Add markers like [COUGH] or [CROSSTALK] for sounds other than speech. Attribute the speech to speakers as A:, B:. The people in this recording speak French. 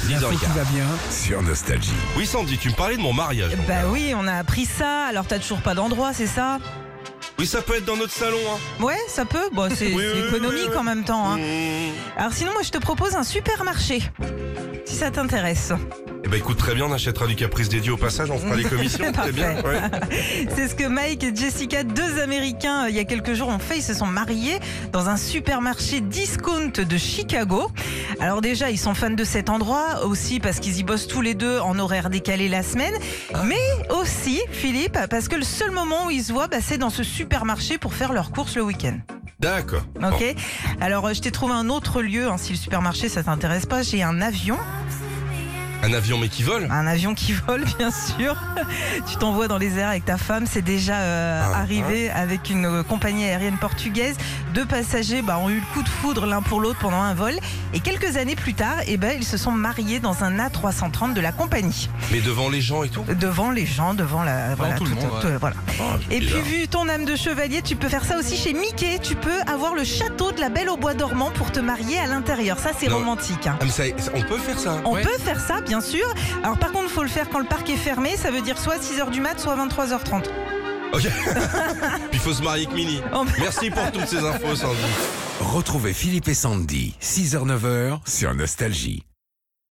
A: 10h15.
B: qui va bien.
C: sur Nostalgie.
A: Oui, Sandy, tu me parlais de mon mariage. mon
D: Bah
A: gars.
D: oui, on a appris ça. Alors t'as toujours pas d'endroit, c'est ça
A: Oui, ça peut être dans notre salon. Hein.
D: Ouais, ça peut. Bon, c'est
A: Oui,
D: c'est
A: oui, oui,
D: économique
A: oui, oui.
D: en même temps. hein.
A: Mmh.
D: Alors sinon, moi, je te propose un supermarché. Si ça t'intéresse.
A: Eh ben écoute, très bien, on achètera du caprice dédié au passage, on
D: [LAUGHS]
A: fera des commissions, très
D: Parfait.
A: bien. ouais.
D: C'est ce que Mike et Jessica, deux Américains, euh, il y a quelques jours ont fait. Ils se sont mariés dans un supermarché discount de Chicago. Alors déjà, ils sont fans de cet endroit, aussi parce qu'ils y bossent tous les deux en horaire décalé la semaine.
A: Ah.
D: Mais aussi, Philippe, parce que le seul moment où ils se voient, bah, c'est dans ce supermarché pour faire leurs courses le week-end.
A: D'accord. Bon.
D: Ok. Alors, euh, je t'ai trouvé un autre lieu. hein, si le supermarché ça t'intéresse pas, j'ai un avion,
A: Un avion mais qui vole
D: un avion qui [LAUGHS] vole, bien sûr. [LAUGHS] tu t'envoies dans les airs avec ta femme. C'est déjà euh,
A: Ah,
D: arrivé avec une euh, compagnie aérienne portugaise. Deux passagers bah, ont eu le coup de foudre l'un pour l'autre pendant un vol. Et quelques années plus tard, eh ben, ils se sont mariés dans un A330 de la compagnie,
A: Mais devant les gens et tout
D: devant les gens, devant la voilà,
B: tout le monde, ouais. Oh,
D: euh, voilà. Et puis vu ton âme de chevalier, tu peux faire ça aussi chez Mickey. Tu peux avoir le château de la Belle au Bois dormant pour te marier à l'intérieur. Ça, c'est
A: Non.
D: romantique. hein.
A: Ah, mais ça, ça- on peut faire ça hein.
D: On
B: Ouais.
D: peut faire ça, bien sûr. Alors par contre, faut le faire quand le parc est fermé. Ça veut dire soit 6h du mat, soit 23h30.
A: Ok. [LAUGHS] Puis faut se marier avec Mini.
D: Oh, bah.
A: Merci pour toutes ces infos, Sandy.
C: Retrouvez Philippe et Sandy, 6h-9h sur Nostalgie.